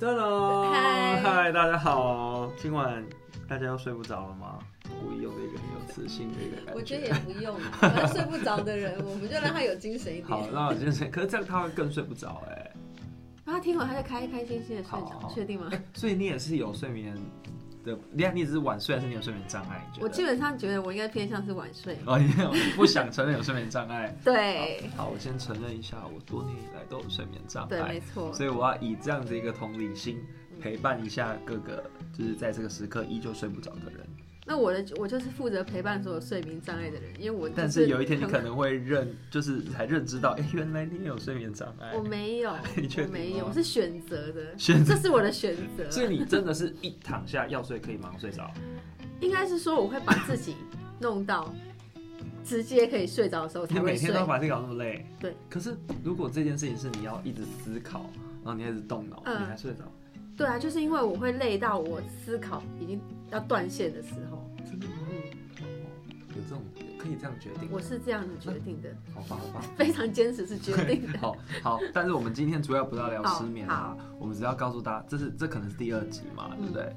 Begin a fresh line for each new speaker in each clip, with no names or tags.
噔噔，
嗨
嗨，大家好，今晚大家又睡不着了吗？故意用这个很有磁性的一个感
我觉得也不用，反正睡不着的人，我们就让他有精神一点。
好，那我先睡，可是这样他会更睡不着哎、
然后他听完他就开开心心的睡
好
着，
好
确定吗？
所以你也是有睡眠的，你看你只是晚睡，还是你有睡眠障碍？你觉得
我基本上觉得我应该偏向是晚睡。
哦，你有你不想承认有睡眠障碍？
对，
好，我先承认一下，我多年以来都有睡眠障
对，没
碍，
错。
所以我要以这样子一个同理心陪伴一下各个，就是在这个时刻依旧睡不着的人。
那我的我就是负责陪伴所有睡眠障碍的人，因为我、就是、
但是有一天你可能会认，就是才认知到，哎、原来你也有睡眠障碍
我。没有，
你确
我
定吗
没有，我是选择 的，
选择
这是我的选
所以
择。
你真的是一躺下要睡可以马上睡着，
应该是说我会把自己弄到直接可以睡着的时候
你
才
每
会
天
睡
都。要把自己搞那么累。
对。
可是如果这件事情是你要一直思考，然后你要一直动脑，
嗯
你还睡着，
对啊，就是因为我会累到我思考已经要断线的时候，
真的吗？
嗯，
有这种可以这样决定？
我是这样子决定的，
好吧，好吧。
非常坚持是决 定的。
好好，但是我们今天主要不要聊
哦好嗯
失眠啊，我们只要告诉大家，这是这可能是第二集嘛，对不对？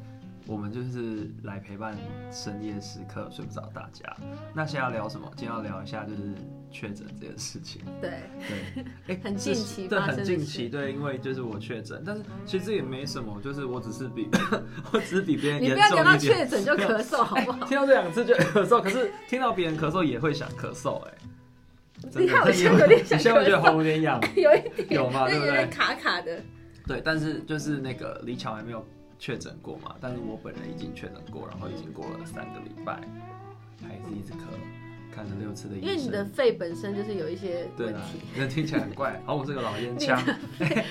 我们就是来陪伴深夜时刻睡不着大家。那现在要聊什么？今天要聊一下就是确诊这件事情。
对，
对，哎、
很
这
近
是
期
对，
发生
很
的
近
事
期，对，因为就是我确诊，但是其实这也没什么，就是我只是比 我只是比别人
你
严
不要
重
讲到
一点。
确诊就咳嗽 好不好？
听到这两次就 咳嗽，可是听到别人咳嗽也会想咳嗽、哎，真
你
的
看我
你
现在有 点
你
想
现在会
咳
觉得喉
嗽，
咙有点痒吗
有一点，
有嘛
但
对不
有点
对
卡卡的。
对，但是就是那个李巧还没有确诊过嘛，但是我本人已经确诊过，然后已经过了三个礼拜，还是一直咳，看了六次的医
因
生。
为你的肺本身就是有一些
对
问
啦
题，，
那听起来很怪。好，我是个老烟
你
枪，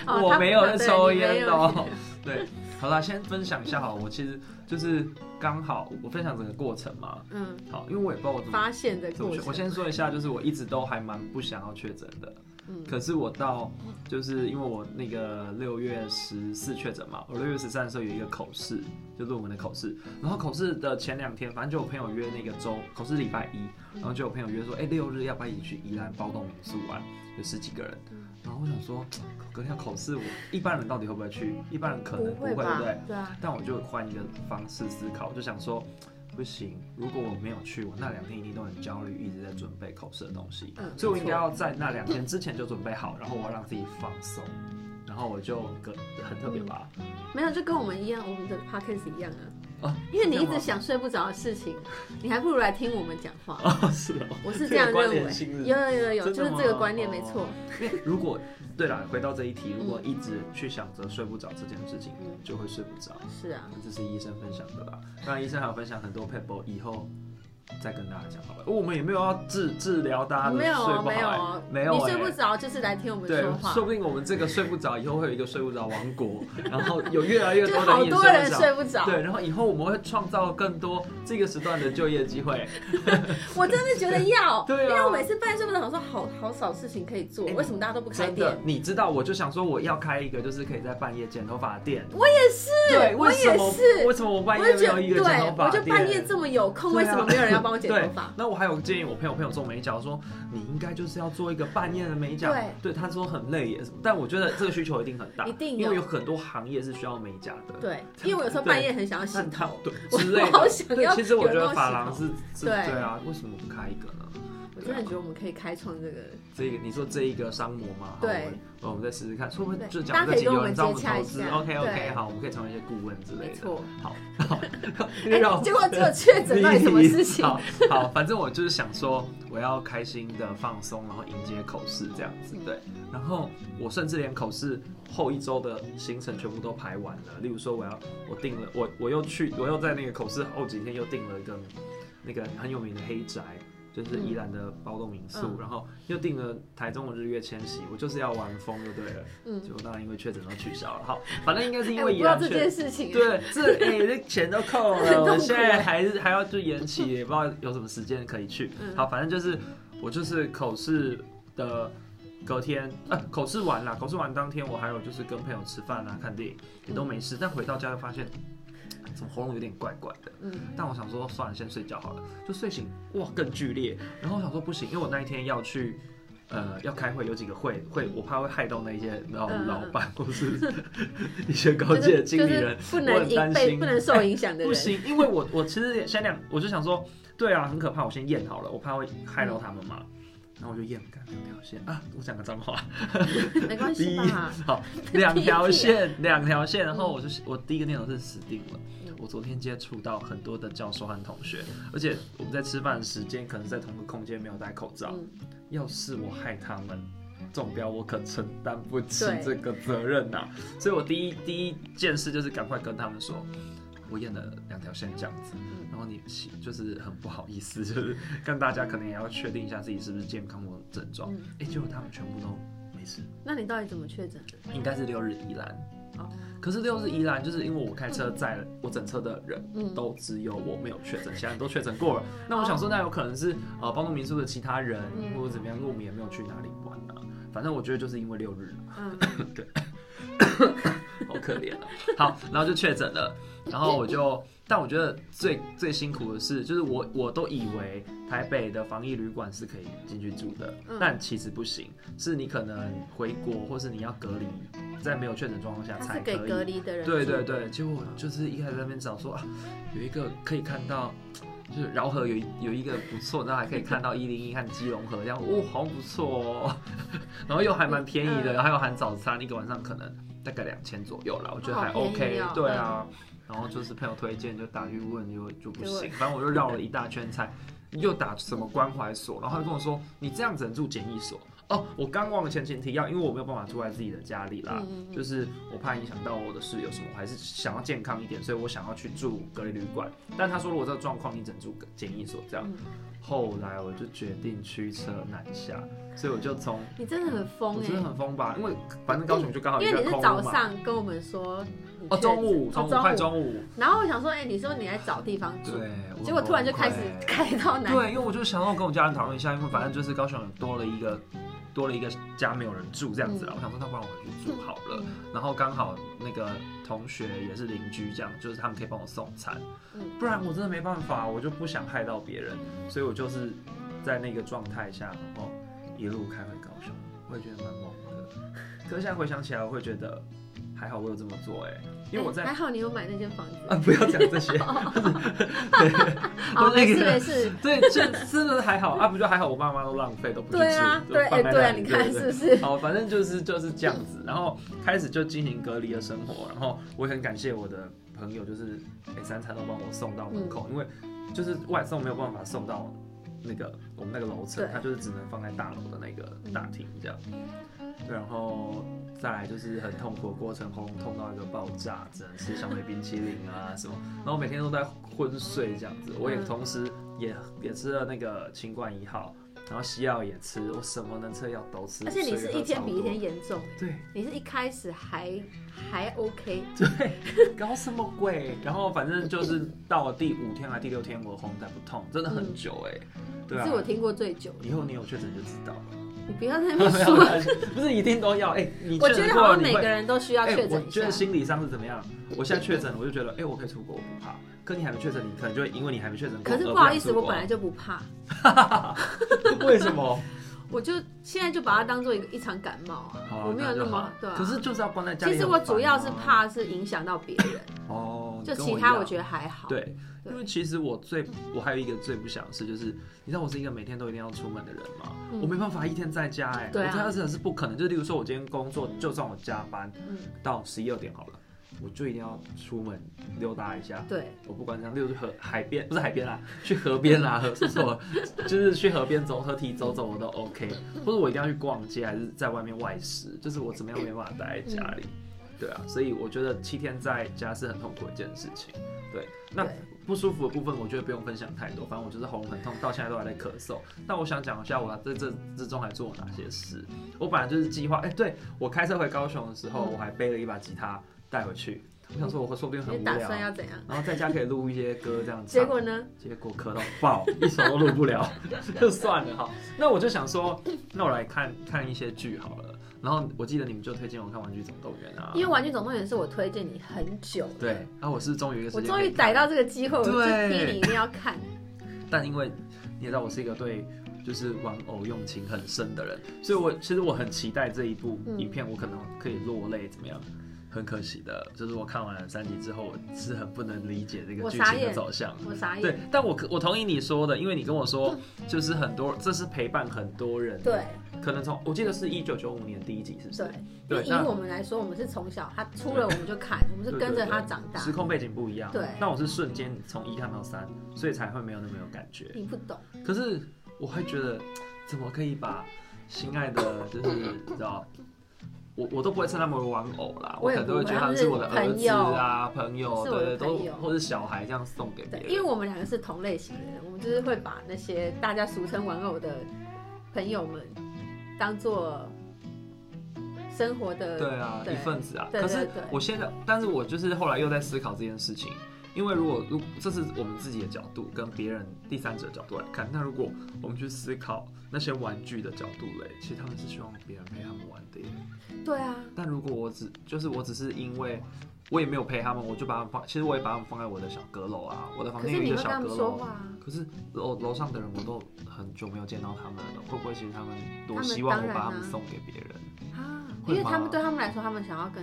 哦
我
他
没有在
对
抽
你没
烟
有
的哦。 对，好啦，先分享一下好了，我其实就是刚好我分享整个过程嘛。
嗯，
好，因为我也不知道我怎么
发现的
怎么
过
确。
程。
我先说一下，就是我一直都还蛮不想要确诊的，
嗯
可是我到就是因为我那个六月十四确诊嘛，我六月十三的时候有一个口试，就论文的口试，然后口试的前两天，反正就有朋友约那个周口试礼拜一，然后就有朋友约说，哎、六日要不要一起去宜兰包栋民宿玩，有十几个人，然后我想说，隔天要口试，我一般人到底会不会去？一般人可能不会，
会
对
吧
不对？？
对啊，
但我就换一个方式思考，我就想说，不行，如果我没有去，我那两天一定都很焦虑，一直在准备口试的东西，
嗯
所以我
没
应
错
该要在那两天之前就准备好，然后我要让自己放松，然后我就个很特别吧，
没有就跟我们一样，我们的 podcast 一样啊。
啊，
因为你一
是这
直
样吗
想睡不着的事情，你还不如来听我们讲话。
哦， 是哦，
我嗯是这样
有关
认为
联性是不，是
有有有有，
真
就
的
是
吗哦
这个观念没错。
因为如果对啦，回到这一题，如果一直去想着睡不着这件事情，
嗯
就会睡不着，
是啊，
这是医生分享的啦。当然，医生还有分享很多 paper，以后再跟大家讲好了。哦我们也没有要治治疗大家的
没
睡
有
不好、欸，
哦没有哦，
没有、欸，
你睡不着就是来听我们
对
说，话
说。不定我们这个睡不着，以后会有一个睡不着王国，然后有越来越
就
多
好
人也
多人
不
睡不着，
对，然后以后我们会创造更多这个时段的就业机 会。
我真的觉得要，
对啊
因为我每次半夜睡不着，我说好好少事情可以做，
哎
为什么大家都不开
真
店
的？，你知道，我就想说我要开一个，就是可以在半夜剪头发的店。
我也是，
对，
我
为什
也
么？
是，
为什么我半
我
夜
就
没
觉
有
得，
一个剪头
对，
发
我
店？
就半夜这么有空，
对啊
为什么没有人要帮我剪
对
头发？
那我还有建议，我朋友朋友做美甲，我说你应该就是要做一个半夜的美甲。对，他说很累耶，但我觉得这个需求一定很大，
一定有
因为有很多行业是需要美甲的。，
对，因为我有时候半夜很想要洗
那他
头，
对
我
之类
我好
的。
想
对，
要
其实我觉
有
得
人帮我洗
法郎是是
对
对啊，为什么不开一个呢？
我真的觉得我们可以开创这个，
这个你说这一个商模嘛，好
对，
我我们再试试看，说不定
对
就
大
讲
家
这
可以
集
跟
有
我
人
们
找我们
接洽
投
一
资
下
，OK OK，
对
好，我们可以成为一些顾问之类
没
的。
错。
好，好，
哎
让我
结 果只有确诊，到底什么事情？
好，好，反正我就是想说，我要开心的放松，然后迎接口试这样子，对。然后我甚至连口试后一周的行程全部都排完了，例如说我要我定了，我我又去，我又在那个口试后几天又订了一个那个很有名的黑宅。就是宜兰的包栋民宿，
嗯
然后又订了台中的日月千禧，我就是要玩疯就对了。
嗯
结果当然因为确诊都取消了。好，反正应该是因
哎，我
为
不
宜
知道
兰
这
确
件事情，哎
对，这哎、这钱都扣
很
了，
痛苦
我现在还是还要去延期，也不知道有什么时间可以去。
嗯
好，反正就是我就是口试的隔天，呃，口试完了，口试完当天我还有就是跟朋友吃饭啊、看电影，也都没事。但回到家就发现，怎么喉咙有点怪怪的。
嗯，
但我想说，算了，先睡觉好了。就睡醒，哇，更剧烈。然后我想说不行，因为我那一天要去呃要 开会，有几个会会，我怕会害到那一些老、
嗯嗯嗯
老板或是 一些高级的经理人，
就是不
我
能
很担
影被
心
不能受影响的 人。
不行，因为我我其实也先两，我就想说，对啊，很可怕，我先验好了，我怕会害到他们嘛。然后我就验，干两条线啊！我讲个脏话，
没关系吧？
好，两条线，两条线。然后我就是我第一个念头是死定了。
嗯
我昨天接触到很多的教授和同学，而且我们在吃饭的时间可能在同个空间没有戴口罩。
嗯，
要是我害他们中标，我可承担不起
对
这个责任呐、啊所以我第一第一件事就是赶快跟他们说，我演了两条线这样子
嗯，
然后你起就是很不好意思，就是跟大家可能也要确定一下自己是不是健康或症状。哎、
嗯
结果他们全部都没事，
那你到底怎么确诊的？
应该是六日宜兰。
哦，
可是六日宜兰，就是因为我开车载了我整车的人，
嗯
都只有我没有确诊，其他人都确诊过了。那我想说，那有可能是呃帮助民宿的其他人
哦嗯
或者怎么样，因为我们也没有去哪里玩啊。反正我觉得就是因为六日，
嗯，
好可 怜啊。好，然后就确诊了，然后我就，但我觉得最最辛苦的是，就是我我都以为台北的防疫旅馆是可以进去住的，
嗯
但其实不行，是你可能回国或是你要隔离，在没有确诊状况下
他
才
是
可以
给隔离的人住
对对，对，结果我就是一开始在那边找说啊，有一个可以看到，就是饶河有一有一个不错，然后还可以看到一零一和基隆河，这样哦，好像不错哦， 然后又还蛮便宜的，
嗯
然后又含早餐，一个晚上可能大概两千左右啦，我觉得还
好便
OK，、
宜哦
对啊，然后就是朋友推荐就打去问就就不
结果
行，反正我就绕了一大圈才。又打什么关怀所，然后他就跟我说，你这样只能住检疫所哦。我刚忘了前情提要，因为我没有办法住在自己的家里啦，
嗯嗯
啊
嗯
就是我怕影响到我的室友什么，我还是想要健康一点，所以我想要去住隔离旅馆。但他说如果这个状况，你只能住检疫所这样。
嗯
后来我就决定驱车南下，所以我就从
你真的很疯
我真的
哎，
很疯吧，因为反正高雄就刚好有一
因为
个
你
空
是
屋
早
嘛。
上跟我们说你
哦，
确诊
中午，
哦
中午，
中
快
午
中午，
然后我想说，哎，你说你来找地方住，
对。我
结果突然就开始
很崩溃
开到 南，
对，因为我就想要跟我家人讨论一下，因为反正就是高雄多了一个多了一个家没有人住这样子啦。啊我想
嗯
说，那不然我回去住好了。
嗯
然后刚好那个同学也是邻居，这样就是他们可以帮我送餐。
嗯
不然我真的没办法，我就不想害到别人，所以我就是在那个状态下，然后一路开回高雄，我也觉得蛮猛的。可是现在回想起来，我会觉得还好我有这么做、哎，因为我在
哎还哎好你有买那间房子
啊，不要讲这些，
哦，
我那
没事
个
没事，
对，这真的还好啊，不就还好，我爸妈都浪费都不去住，
对啊，
就
对，哎
放在
对啊，
那里
你看
对
是不是？
好，反正就是就是这样子，然后开始就进行隔离的生活，然后我也很感谢我的朋友，就是每三餐都帮我送到门口，
嗯
因为就是外送没有办法送到那个我们那个楼层，
对嗯
它就是只能放在大楼的那个大厅这样。对，然后再来就是很痛苦的过程，喉咙痛到一个爆炸，只能吃香味冰淇淋啊什么，然后每天都在昏睡这样子，我也
嗯
同时也也吃了那个清冠一号。然后西药也吃，我什么能吃的药都吃，
而且你是
水喝
一天
超
比一
多
天严重，欸
对
你是一开始还还 OK，
对，搞什么 鬼？然后反正就是到了第五天啊还是第六天，我的喉咙再不痛，真的很久哎、对
嗯是我
啊，
听过最久的。
以后你有确诊就知道了。
你不要在那
没有
边
没有
说，
没有不是一定都要哎、 你
我
确
觉
诊
得
过
好
了
像
你
每个
会。
人都需要
哎
确
我
诊一
觉得
下。
心理上是怎么样？我现在确诊，我就觉得，哎、我可以出国，我不怕。可你还没确诊，你可能就会因为你还没确诊过，
可是
而
不
想
好意思，
出国
我本来就不怕，
为什么？
我就现在就把它当做一个一场感冒啊，
好
我没有
就
那么
好
对啊。
可是就是要关在家里很
其实
烦
我
啊。
主要是怕是影响到别人，
哦，
就
你跟
其
一
他
样
我觉得还好。，
对，
对
因为其实我最我还有一个最不想的事就是，你知道我是一个每天都一定要出门的人吗？
嗯
我没办法一天在家哎、
对啊
我在二十小时不可能。就例如说，我今天工作，就算我加班
嗯，
到十一二点好了，我就一定要出门溜达一下。
对，
我不管怎样，例如去河海边，不是海边啦， 去河边啦，河是错了，就是去河边走，河堤走走我都 OK，或者
嗯
我一定要去逛街，还是在外面外食，就是我怎么样没办法待在家里，
嗯
对啊，所以我觉得七天在家是很痛苦的一件事情，对，那
对
不舒服的部分我觉得不用分享太多，反正我就是喉咙很痛，到现在都还在咳嗽。那我想讲一下我在这之中还做了哪些事，我本来就是计划，哎、对我开车回高雄的时候，我还背了一把吉他带回去。我想说，我说不定很
你
无
打
聊
算，要怎样？
然后在家可以录一些歌这样唱，
结果呢？
结果咳到爆，一首都录不了， 就算了哈。那我就想说，那我来看看一些剧好了。然后我记得你们就推荐我看《玩具总动员》啊，
因为《玩具总动员》是我推荐你很久的，
对，然、后我是终于有一个时
我
间
终
可以
于
看
逮到，这个机会，我就
对
逼你一定要看。
但因为你也知道我是一个对就是玩偶用情很深的人，所以我其实我很期待这一部
嗯
影片，我可能可以落泪怎么样？很可惜的，就是我看完了三集之后，我是很不能理解这个
我
剧
傻
情的
眼
走向。
我傻
对
眼。，
但我可我同意你说的，因为你跟我说，就是很多这是陪伴很多人，
对，
可能从我记得是一九九五年第一集，是不是？
对，因
对
为以
那
我们来说，我们是从小他出了我们就 看，我们是跟着他长大
时。空背景不一样。
对
那我是瞬间从一看到三，所以才会没有那么有感觉。
你不懂，
可是我会觉得，怎么可以把心爱的，就是
嗯
你知道，我我都不会称他们为玩偶啦，我
我
可
也
能都会
不
觉
会
得他们是我的儿子啊、朋友，
是我
对对，
的
都
朋友
或是小孩这样送给别
对，
人。
因为我们两个是同类型的人，我们就是会把那些大家俗称玩偶的朋友们当做生活的，
对啊，
对
一份子啊。
对
可是
对对
我现在，但是我就是后来又在思考这件事情，因为如果如这是我们自己的角度跟别人第三者的角度来看，那如果我们去思考那些玩具的角度嘞，其实他们是希望别人陪他们玩的耶。
对啊，
但如果我只就是我只是因为我也没有陪他们，我就把他们放，其实我也把他们放在我的小阁楼啊，我的房
可
间
是
有一个
你会跟
小
他
阁
们说
楼
话。啊，
可是楼楼上的人我都很久没有见到他们了，会不会其实他们多
他们
希望
当
我把
然
他们
啊
送给别人？
啊，
会
因为他
吗
们对他们来说，他们想要跟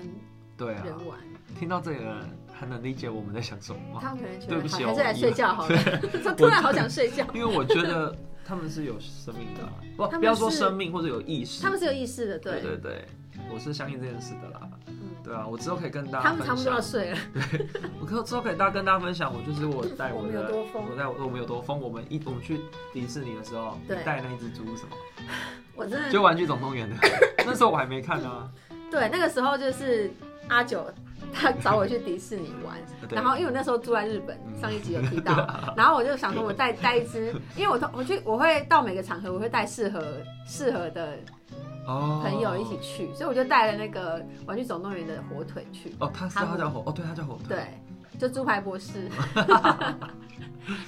对啊，
人玩，
听到这里的人还能理解我们在想什么吗？
他们可能觉
对
得
不起
好
哦
还是来睡觉好了， 说突
我
然好想睡觉。
因为我觉得他们是有生命的啊，不
他们
不要说
是
生命或者有意识，
他们是有意识的，
对对
对，
对，我是相信这件事的啦。
嗯，
对啊，我之后可以跟大家
他们差
分
不多要
享，
睡了，
我可之后可以大跟大家分享，我就是 我带
我们有
的，
多疯
我带我们有多疯，我们一我们去迪士尼的时候，
对嗯
你带那一只猪是什么？
我真的
就《玩具总动员》的，那时候我还没看 呢。
对，那个时候就是阿九他找我去迪士尼玩，
对
然后因为我那时候住在日本，
嗯
上一集有提到， 然后我就想说我带带一只，因为我通我去我会到每个场合我会带适合适合的
哦，
朋友一起去，所以我就带了那个玩具总动员的火腿去，
哦，他是
他
他
们
叫火，哦，对，他叫火，
对，就猪排博士，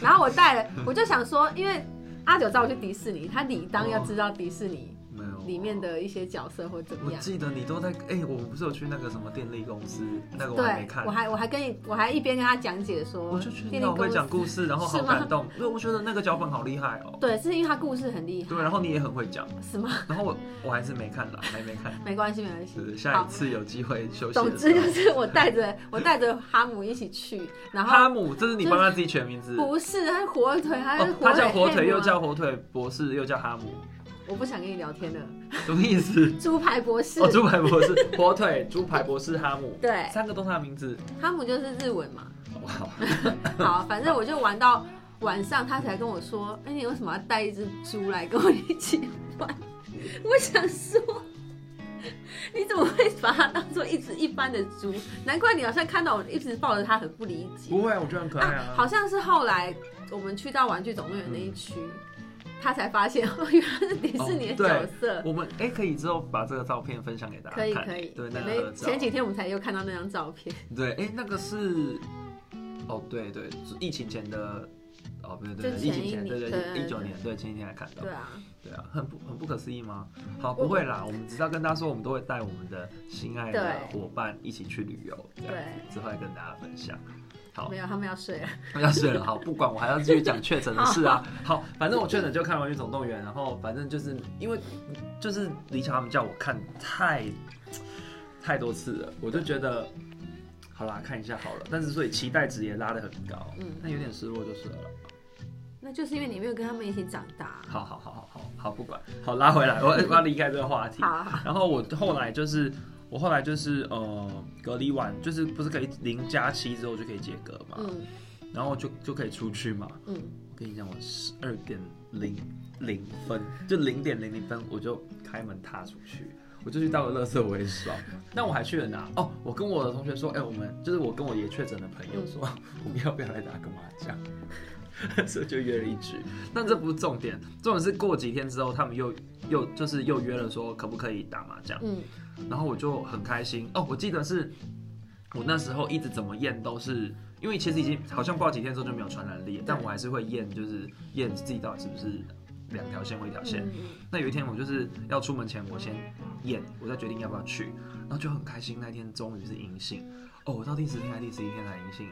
然后我带了，我就想说，因为阿九找我去迪士尼，他理当要知道迪士尼
没有
里面。的一些角色或怎
我
么样。
记得你都在哎、我们不是有去那个什么电力公司，那个我还没
对
看，。
我还我还跟你，我还一边跟他讲解说，
我就觉得
电
你
力
好
公
会
司
讲故事，然后好
是吗
感动，因为我觉得那个脚本好厉害哦。
对，是因为他故事很厉害，
对，然后你也很会讲，
是吗？
然后我我还是没看啦，还没看。
没关系，没关系。
是下一次有机会休息。
总之就，是我 带着我带着哈姆一起去，然后
哈姆，这是你帮他自己取的名字。
不是他是火腿，他是
哦，
火腿、
他叫火腿，又叫火腿博士，又叫哈姆，
我不想跟你聊天了，
什么意思？
猪排博士。
哦，猪排博士，火腿，猪排博士，哈姆，
对，
三个都是他的名字。
哈姆就是日文嘛，
哇，
好，反正我就玩到晚上，他才跟我说：“哎、你为什么要带一只猪来跟我一起玩？”我想说，你怎么会把它当做一只一般的猪？难怪你好像看到我一直抱着它，很不理 解
不会，我觉得很可爱啊。
好像是后来我们去到玩具总动员那一区。他才发现，哦，原来是迪士尼的角色，
我们哎、可以之后把这个照片分享给大家
可以
看。
可以。
对，那
所以
个合照
前几天我们才又看到那张照片，
对，哎、那个是，哦，对对，是疫情前的，哦，不对对，
就
对
前
疫情前，
一年
对
对
对，
对
一九
对
年，对，前一天才看到
对，啊，
对啊，很不很不可思议吗？好，
我
不会啦，我们只是要跟大家说，我们都会带我们的心爱的
对
伙伴一起去旅游，这样
对啊
子之后来跟大家分享。好
没有他们要睡了，
要睡了，好，不管我还要继续讲确诊的事啊。好，反正我确诊就看《玩具总动员》，然后反正就是因为就是李巧他们叫我看太太多次了，我就觉得好啦，看一下好了。但是所以期待值也拉得很高，
嗯
但有点失落就是了。
那就是因为你没有跟他们一起长大。
好好好好好好，不管，好拉回来，我我要离开这个话题。
好，
然后我后来就是，我后来就是呃，隔离完就是不是可以零加七之后就可以解隔嘛，
嗯
然后就就可以出去嘛。
嗯，
我跟你讲，我十二点零零分，就零点零零分，我就开门踏出去，我就去到了垃圾回收。那我还去了哪？哦，我跟我的同学说，哎、我们就是我跟我也确诊的朋友说， 我们要不要来打个麻将？ 所以就约了一局，但这不是重点，重点是过几天之后，他们又又就是又约了说可不可以打麻将，
嗯，
然后我就很开心哦。我记得是我那时候一直怎么验都是，因为其实已经好像报几天之后就没有传染力，但我还是会验，就是验自己到底是不是两条线或一条线。
嗯嗯
那有一天我就是要出门前，我先验，我再决定要不要去，然后就很开心，那天终于是阴性。哦，我到第十天还是第十一天才阴性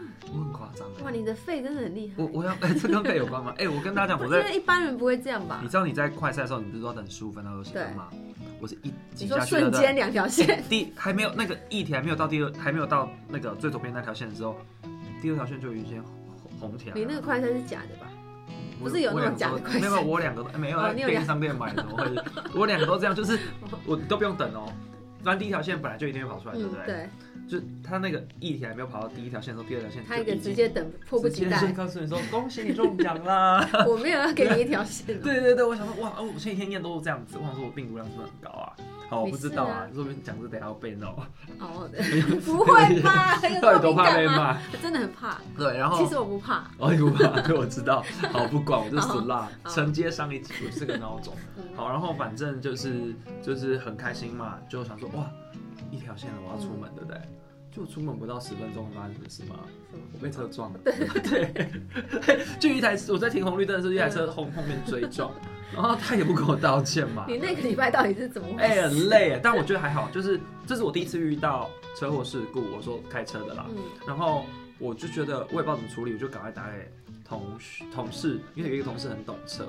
哎、我很夸张
哇，
哎。
你的肺真的很厉害
我。我要 哎、这跟肺有关吗？哎、我跟大家讲，我
因
在
为一般人不会这样吧
你？知道你在快赛的时候，你不是都要等十五分到二十分
对
吗？我是一
你
挤
说
下去
瞬
的。
间两条线，
第还没有那个液体还没有到第二，还没有到那个最左边那条线的时候，第二条线就有一些红红条啊。
你那个快餐是假的吧？不是有
我
那种假的
我两个
快
没有，没有我两个都没有
闪哦
在
你有
便利商店买的，我会 我两个都这样，就是我都不用等哦。反正第一条线本来就一定会跑出来，对
嗯
不，对？
对，
就是他那个液体还没有跑到第一条线的时候，第二条线
他
就
一个
已经
直接等，迫不及
直接
待。
告诉你说恭喜你中奖 啦！
我没有要给你一条线哦。
对对对，我想说哇，哦，我前几天验都是这样子，我想说我病毒量是不是很高啊？好，我
没
不知
事
道啊，
啊
说不定讲这等一下要被闹，
哦， 不会吧？有
到底
这
多
么
怕
敏
被
感吗？
骂？
真的很怕。
对，然后
其实我不怕，
哎呦 妈，对，我知道。好，不管，我就死辣，
好
承接上一集，我是个孬种。
嗯
好，然后反正就是就是很开心嘛，就想说哇，一条线了，我要出门，对不对？就出门不到十分钟，发生什么事吗？
什么
我被车撞了。对， 就一台我在停红绿灯的时候，一台车轰后面追撞，然后他也不跟我道歉嘛。
你那个礼拜到底是怎么回
哎、
事？
很累耶，但我觉得还好，就是这是我第一次遇到车祸事故，我说开车的啦。
嗯，
然后我就觉得我也不知道怎么处理，我就赶快打给同学同事，因为有一个同事很懂车，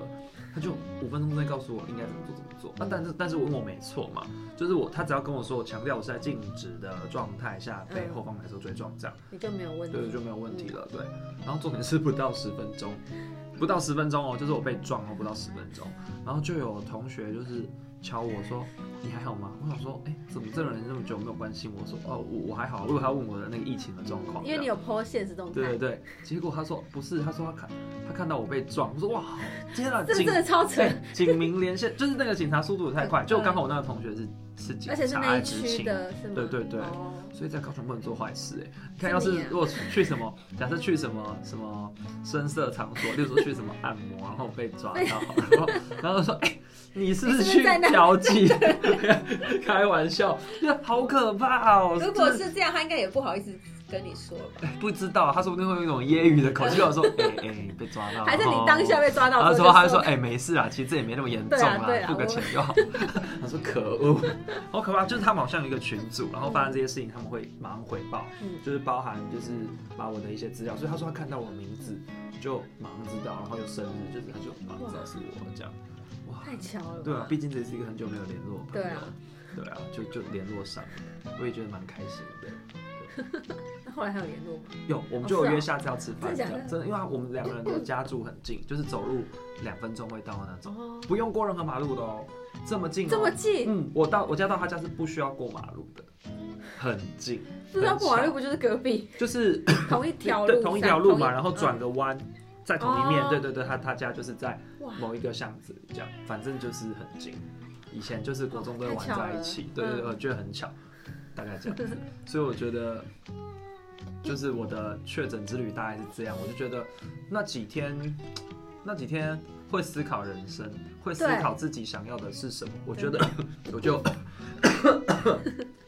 他就五分钟之内告诉我应该怎么做怎么做。啊，
嗯
但是但是我问我没错嘛，就是我他只要跟我说，我强调我是在静止的状态下被
嗯
后方来车追撞这样，
你就没有问
对
题。
就没有问题了。对，然后重点是不到十分钟，不到十分钟哦，就是我被撞哦，不到十分钟，然后就有同学就是。敲我说你还好吗？我想说，哎、怎么这个人这么久没有关心我？说哦，我我还好。我以为他问我的那个疫情的状况，
因为
这样
你有 PO 现实动态
对，对对，结果他说不是，他说他看他看到我被撞，我说哇，天啊，
这
警
真的超扯，
对警民连线，就是那个警察速度也太快，
嗯
就刚好我那个同学是是警察，
而且是那一
执
区
勤，
的，是吗？
对对对
哦
所以在高雄不能做坏事哎。你
是
看，要
你
是
啊
如果去什么，假设去什么什么深色场所，例如说去什么按摩，然后被抓到，然后然后说哎。你是不
你
是
是不是
去
在那
嫖妓？ 开玩笑，那好可怕哦！
如果
真的
是这样，他应该也不好意思跟你说吧？
不知道，他说不定会用一种揶揄的口气跟我 说：“哎哎、被抓到了。”
还是你当下被抓
然后
到
之
之
后
后
他
就
就说：“哎、没事啊，其实这也没那么严重
对啊对啊
付个钱就 好。”他说：“可恶，好可怕！”就是他们好像有一个群组，然后发生这些事情，他们会马上回报，
嗯
就是包含就是把我的一些资料，所以他说他看到我的名字就马上知道，然后又生日，就是他就马上知道是我这样。哇，
太巧了吧？
对啊，毕竟这是一个很久没有联络的朋
对
友，
啊
对啊，就就联络上了，我也觉得蛮开心的。
那后来还有联络吗？
有，我们
哦
就是有
哦
约下次要吃饭，
真的假
这
的
样真的，因为我们两个人的家住很近，就是走路两分钟会到的那种，
哦，
不用过任何马路的哦，这么近、哦，
这么近，
嗯，我到我家到他家是不需要过马路的，很近，
不知道过马
很
路
巧
不就是隔壁
就是
同一条
对
路上？
同一条路嘛，然后转个弯。在同一面
哦，
对对对，他他家就是在
嗯哇，
某一个巷子里，这样，反正就是很近。以前就是国中都会
哦
玩
太巧
在
了
一起，对对对，
嗯
我觉得很巧，大概这样子。所以我觉得，就是我的确诊之旅大概是这样。我就觉得那几天，那几天会思考人生，会思考自己想要的是什么。我觉得我就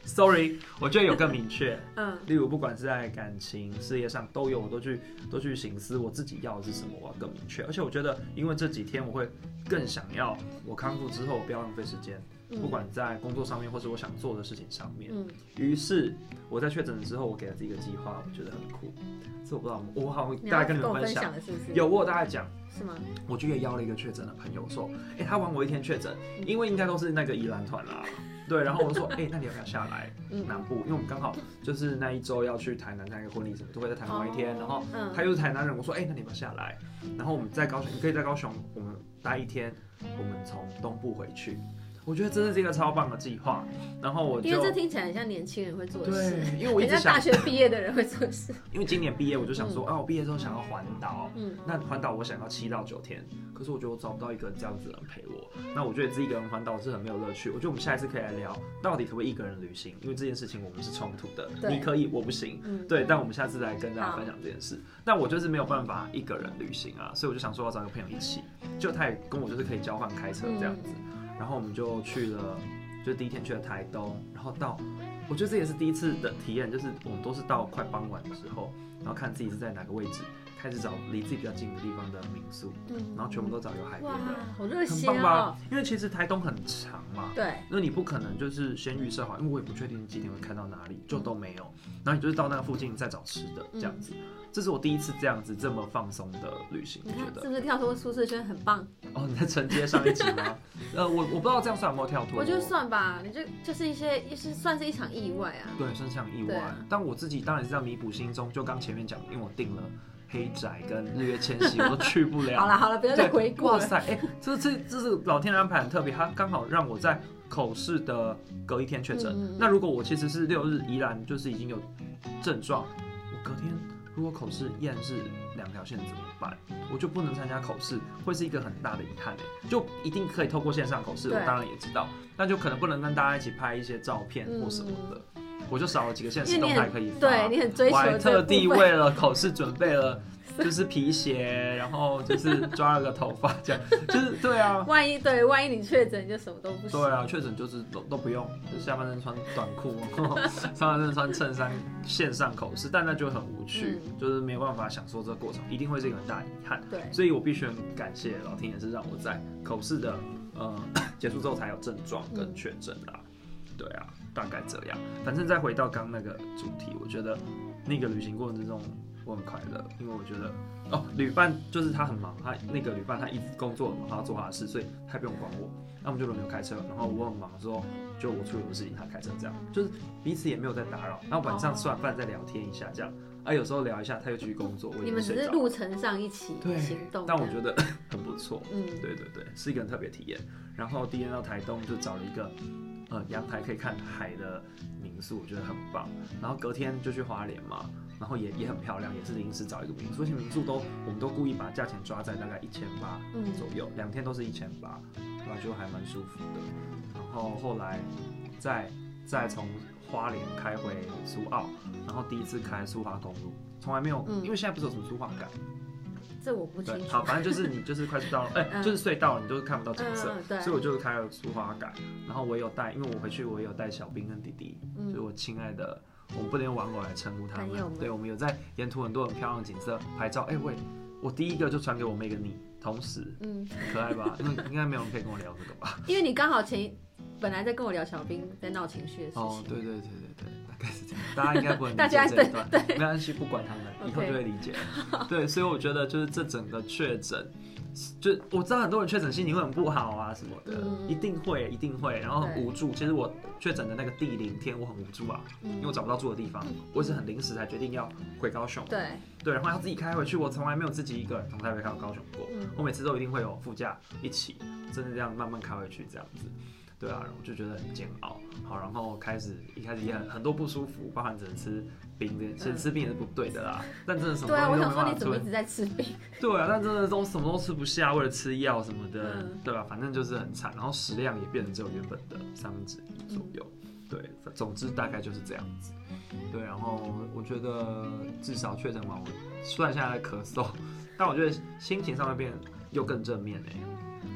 ，sorry，我觉得有更明确。
嗯，
例如，不管是在感情、事业上都有，我都去都去醒思我自己要的是什么，我要更明确。而且我觉得，因为这几天我会更想要我康复之后不要浪费时间，
嗯
不管在工作上面或是我想做的事情上面。
嗯，
于是我在确诊之后，我给了自己一个计划，我觉得很酷。这我不知道，我好像
你
大概
要
跟你们
跟我
分
分
享
享，的是不是？
有我有大概讲。
是吗？
我就也邀了一个确诊的朋友说，哎、他晚我一天确诊，因为应该都是那个宜兰团啦，对，然后我就说，哎、那你要不要下来
嗯
南部？因为我们刚好就是那一周要去台南参加一个婚礼什么，都会在台南玩一天，然后
嗯，
他又是台南人，我说，哎、那你要不要下来？然后我们在高雄，你可以在高雄我们待一天，我们从东部回去，我觉得这是一个超棒的计划，然后我就
因为这听起来很像年轻人会做的
对
事，，
因为我一
人
直想
家大，嗯学毕业的人会做 的事。
因为今年毕业我就想说，啊，我毕业之后想要环岛。
嗯，
那环岛我想要七到九天，可是我觉得我找不到一个这样子的人陪我。那我觉得自己一个人环岛是很没有乐趣。我觉得我们下一次可以来聊，到底可不可以一个人旅行？因为这件事情我们是冲突的，
对
你可以，我不行。
嗯
对，但我们下次来跟大家
好
分享这件事。但我就是没有办法一个人旅行啊，所以我就想说要找一个朋友一起，就他也跟我就是可以交换开车这样子。
嗯
然后我们就去了，就第一天去了台东，然后到，我觉得这也是第一次的体验，就是我们都是到快傍晚的时候，然后看自己是在哪个位置。开始找离自己比较近的地方的民宿，
嗯
然后全部都找有海边
哇
的，，
好热
很
血
棒
哦
吧！？因为其实台东很长嘛，
对，
那你不可能就是先预设好，因为我也不确定几点会开到哪里，就都没有。然后你就是到那个附近再找吃的这样子。
嗯
这是我第一次这样子这么放松的旅行，我
你
觉
看
得
是。不是跳脱舒适圈很棒？
哦，你在承接上一集 吗？呃，我我不知道这样算有没有跳脱。哦
我觉得。算吧，你就就是一些，也是算是一场意外啊。
对，算是场意
对
外
啊。
但我自己当然是要弥补心中，就刚前面讲，因为我订了黑宅跟日月千禧，我都去不了。
好了好了，不要
对，啊
再回顾
哇
了。
塞，哎、这这这是老天的安排很特别，他刚好让我在口试的隔一天确诊。
嗯嗯嗯
那如果我其实是六日依然就是已经有症状，我隔天如果口试验是两条线怎么办？我就不能参加口试，会是一个很大的遗憾哎。就一定可以透过线上口试，我
对
当然也知道，那就可能不能跟大家一起拍一些照片或什么的。我就少了几个现实
嗯因为
动
你
态
很
可以发，
对你很追
我
求
还
这
特
个
地
部分，
为了考试准备了，就是皮鞋，然后就是抓了个头发，这样就是对啊，
万一对，万一你确诊，你就什么都不行。
对啊，确诊就是都都不用，就下半身穿短裤，然后上半身穿衬衫，线上口试，但那就很无趣，
嗯
就是没有办法享受这个过程，一定会是一个很大的遗憾。
对
所以我必须很感谢老天也是让我在口试的呃 结束之后才有症状跟确诊啦。对啊，大概这样。反正再回到刚那个主题，我觉得那个旅行过程之中我很快乐，因为我觉得哦，旅伴就是他很忙，他那个旅伴他一直工作很忙，他要做他的事，所以他也不用管我。那我们就轮流开车，然后我很忙的时候，就我处理我的事情，他开车这样，就是彼此也没有在打扰。那晚上吃完饭再聊天一下这样，啊，有时候聊一下他又继续工作，我
你
也
们
会
只
睡
是
着
路程上一起
对
行动，
但我觉得 很不错。
嗯，
对对对，是一个很特别体验。然后第一天到台东就找了一个呃阳台可以看海的民宿，我觉得很棒。然后隔天就去花莲嘛，然后也也很漂亮，也是临时找一个民宿，而且民宿都我们都故意把价钱抓在大概一千八
嗯
左右，两天都是一千八，对吧？就还蛮舒服的。然后后来再再从花莲开回苏澳，然后第一次开苏花公路，从来没有，
嗯
因为现在不是有什么苏花改。
这我不清
对，
楚。
好，反正就是你就是快速 到，哎、
嗯
就是隧道，你就是看不到景色，
嗯，对，
所以我就开了苏花改，然后我也有带，因为我回去我也有带小兵跟弟弟，
嗯
就是我亲爱的，我们不能用玩偶来称呼他
朋友们
对，我们有在沿途很多很漂亮的景色拍照，哎、喂，我第一个就传给我妹跟你，同时
嗯，
很可爱 吧？因为应该没有人可以跟我聊这个吧？
因为你刚好前一本来在跟我聊小兵在闹情绪的事情，
哦，对对对对对，大概是这 样。大家应该不能
大
理
家
解这一段，没关系，不管他们，以后
OK
就会理 解。对，所以我觉得就是这整个确诊，就我知道很多人确诊心情会很不好啊什么的，
嗯
一定会一定会，然后很
对
无助。其实我确诊的那个第零天，我很无助啊，因为我
嗯，
找不到住的地方，我也是很临时才决定要回高雄。
对，
对，然后要自己开回去，我从来没有自己一个人从台北开到高雄过，
嗯
我每次都一定会有副驾一起，真的这样慢慢开回去这样子。对啊，然后我就觉得很煎熬。好，然后开始一开始也很很多不舒服，包含只能吃冰这件其实吃冰也是不对的啦。但真的什么
嗯对啊，
东
我
西都
想
没
说
办
你
法
怎么一
吞。
直在吃冰？
对啊，但真的都什么都吃不下，为了吃药什么的，
嗯
对吧、反正就是很惨。然后食量也变成只有原本的三分之一左右。
嗯
对，总之大概就是这样子。对，然后我觉得至少确诊完，我虽然现在在咳嗽，但我觉得心情上面变又更正面哎、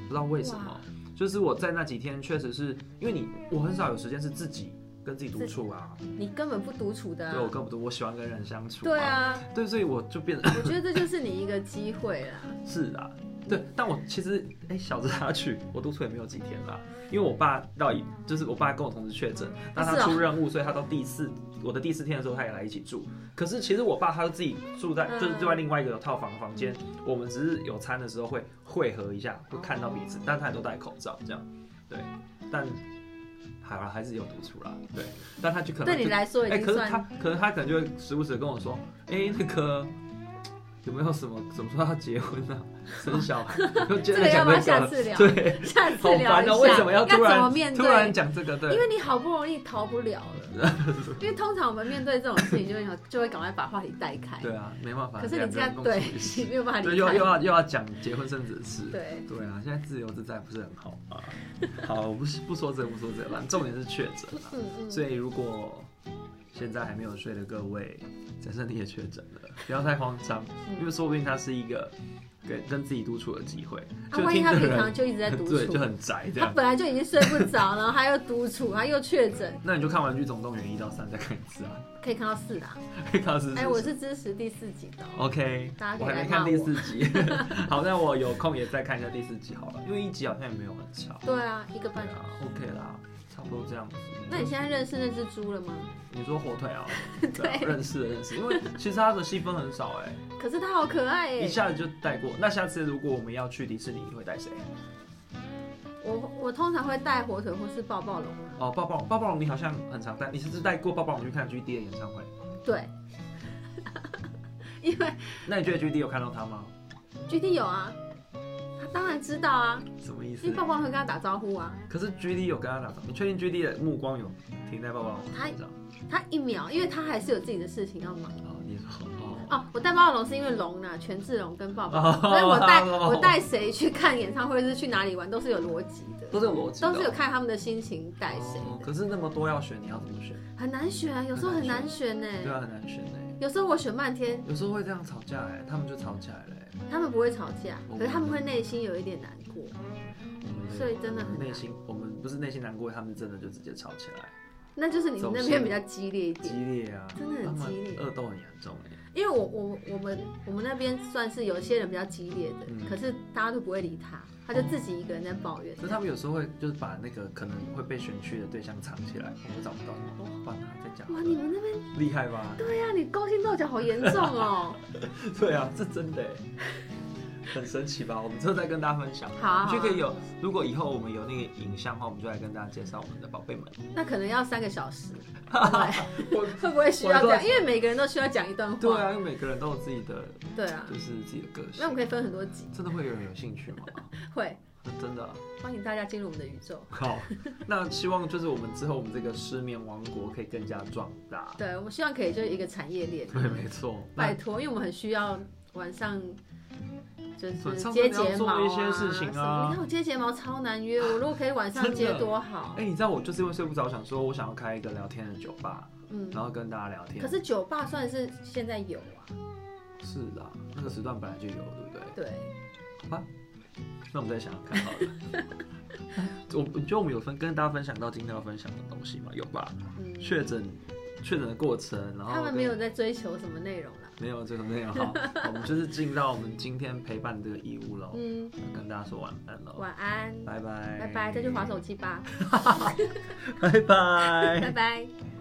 不知道为什么
哇，
就是我在那几天确实是因为你，我很少有时间是自己跟自己独处啊，
你根本不独处的、啊
对我更不多，我喜欢跟人相处、
嗯对，啊，
对，所以我就变得
我觉得这就是你一个机会啊啦。
是啦，对，但我其实哎、小子他去，我督促也没有几天啦，因为我爸到一就是我爸跟我同时确诊，那他
是哦
出任务，所以他到第四我的第四天的时候，他也来一起住。可是其实我爸他自己住在
嗯
就是住在另外一个有套房的房间，我们只是有餐的时候会会合一下，会看到彼
哦
此，但他也都戴口罩这样，对，但。好了，还是有独处啦，对，但他就可能
对你
就
来说已
哎、
经
可是
算、
他，可是他可能就会时不时地跟我说，哎、那个有没有什么什么时候要结婚啊，生小孩？就接
这
着
个要
讲
不要
这
下
个，
次聊？
对，
下次
好
聊一下
烦哦、为什么要突
怎么
然
面
突
对？
然讲这个？
因
对，
为你好不容易逃不了了， 因为通常我们面对这种事情就会想，就会赶快把话题带开。
对啊，没办法，
可是你这
两
样
个人共
对
处一，室
你没有办法
对，
离
又
开。
又要又要讲结婚生子的事，
对，
对啊，现在自由自在不是很好啊。好，我不是不说这个不说这个，反正重点是确诊啊。
嗯嗯，
所以如果现在还没有睡的各位，假设你也确诊了，不要太慌张，
嗯
因为说不定它是一个跟跟自己独处的机会。
他、
就
啊万一
听
他
的
平常
人
就一直在 独
对
处
就，很宅这
他
样。
本来就已经睡不着，然后他又独处，他又确诊，
那你就看完《剧总动员》一到三再看一次啊，
可以看到四啦。
可以看到是不
哎、
是
我是支持第四集的哦、
OK，
大家可以
我还没
来
看
骂
第
我
四集， 好，那我有空也再看一下第四集好了，因为一集好像也没有很长。
对啊，一个
对
半小时。
啊，OK 啦，差不多这样子。
那你现在认识那只猪了吗？
你说火腿啊？对啊，认识了认识，因为其实它的戏份很少哎、
可是它好可爱耶、
一下子就带过。那下次如果我们要去迪士尼，你会带谁？
我我通常会带火腿或是抱抱龙啊。
哦，抱抱抱抱龙，你好像很常带，你是不是带过抱抱龙去看 G D 的演唱会？
对，因为
那你觉得 G D 有看到他吗？
G D 有啊，他当然知道啊，
什么意
因
思
为？抱抱会跟他打招呼啊。
可是 G D 有跟他打招呼，你确定 G D 的目光有停在抱抱龙身上？
他一秒，因为他还是有自己的事情要忙。
哦，你说哦。
哦，我带抱抱龙是因为龙啊，权志龙跟抱抱，
哦
所以我带
哦
我带谁去看演唱会，是去哪里玩，都是有逻辑的，
都是有逻辑的哦，
都是有看他们的心情带谁
哦
的，
可是那么多要选，你要怎么选？
很难选啊，有时候很难选呢、
对啊，很难选哎、
有时候我选半天，
有时候会这样吵架哎、他们就吵起来了、欸。
他们不会吵架，
哦
可是他们会内心有一点难过。
我们
所以真的很
我们内
难
心，我们不是内心难过，他们真的就直接吵起来，
那就是你们那边比较激烈一
激
点，
烈啊，
真的很
他们
激烈
恶斗很严重哎、
因为我我我们我们那边算是有些人比较激烈的，
嗯
可是大家都不会理他，他就自己一个人在抱怨
可。是他们有时候会就是把那个可能会被选去的对象藏起来，我们找不到，哦，好吧，那在家好
哇，
了，
你们那边
厉害吧？
对呀、你勾心斗角好严重哦。
对啊，这真的、欸，很神奇吧？我们之后再跟大家分享。
好啊，好
就
啊
可以有，如果以后我们有那个影像的话，我们就来跟大家介绍我们的宝贝们。
那可能要三个 小时，对会不会需要这
我
样？因为每个人都需要讲一段话。
对啊，因为每个人都有自己的，
对啊，
就是自己的个
那我
性。
们可以分很多集，
真的会有人有兴趣吗？
会
真的啊、
欢迎大家进入我们的宇宙。
好，那希望就是我们之后我们这个失眠王国可以更加壮大。
对，我们希望可以就是一个产业链，
对，没错。
拜
那
托，因为我们很需要晚上就是
晚上
接
真的要
睫毛
做
啊，
一些事情啊
什么你看我接睫毛超 难约，我如果可以晚上
真的
接多好
哎、。你知道我就是因为睡不着，想说我想要开一个聊天的酒吧，
嗯，
然后跟大家聊天。
可是酒吧算是现在有啊，
是啦，那个时段本来就有，对不对？
对，
好吧，那我们再想想看好了。 我我觉得我们有分跟大家分享到今天要分享的东西吗？有吧？
嗯，
确诊确诊的过程，然后
他们
跟
没有在追求什么内容啦。
没有这个没 有好，我们就是尽到我们今天陪伴的义务了，
嗯，
跟大家说晚安了。
晚安，
拜拜，
拜拜，再去划手机吧，
拜拜，
拜拜。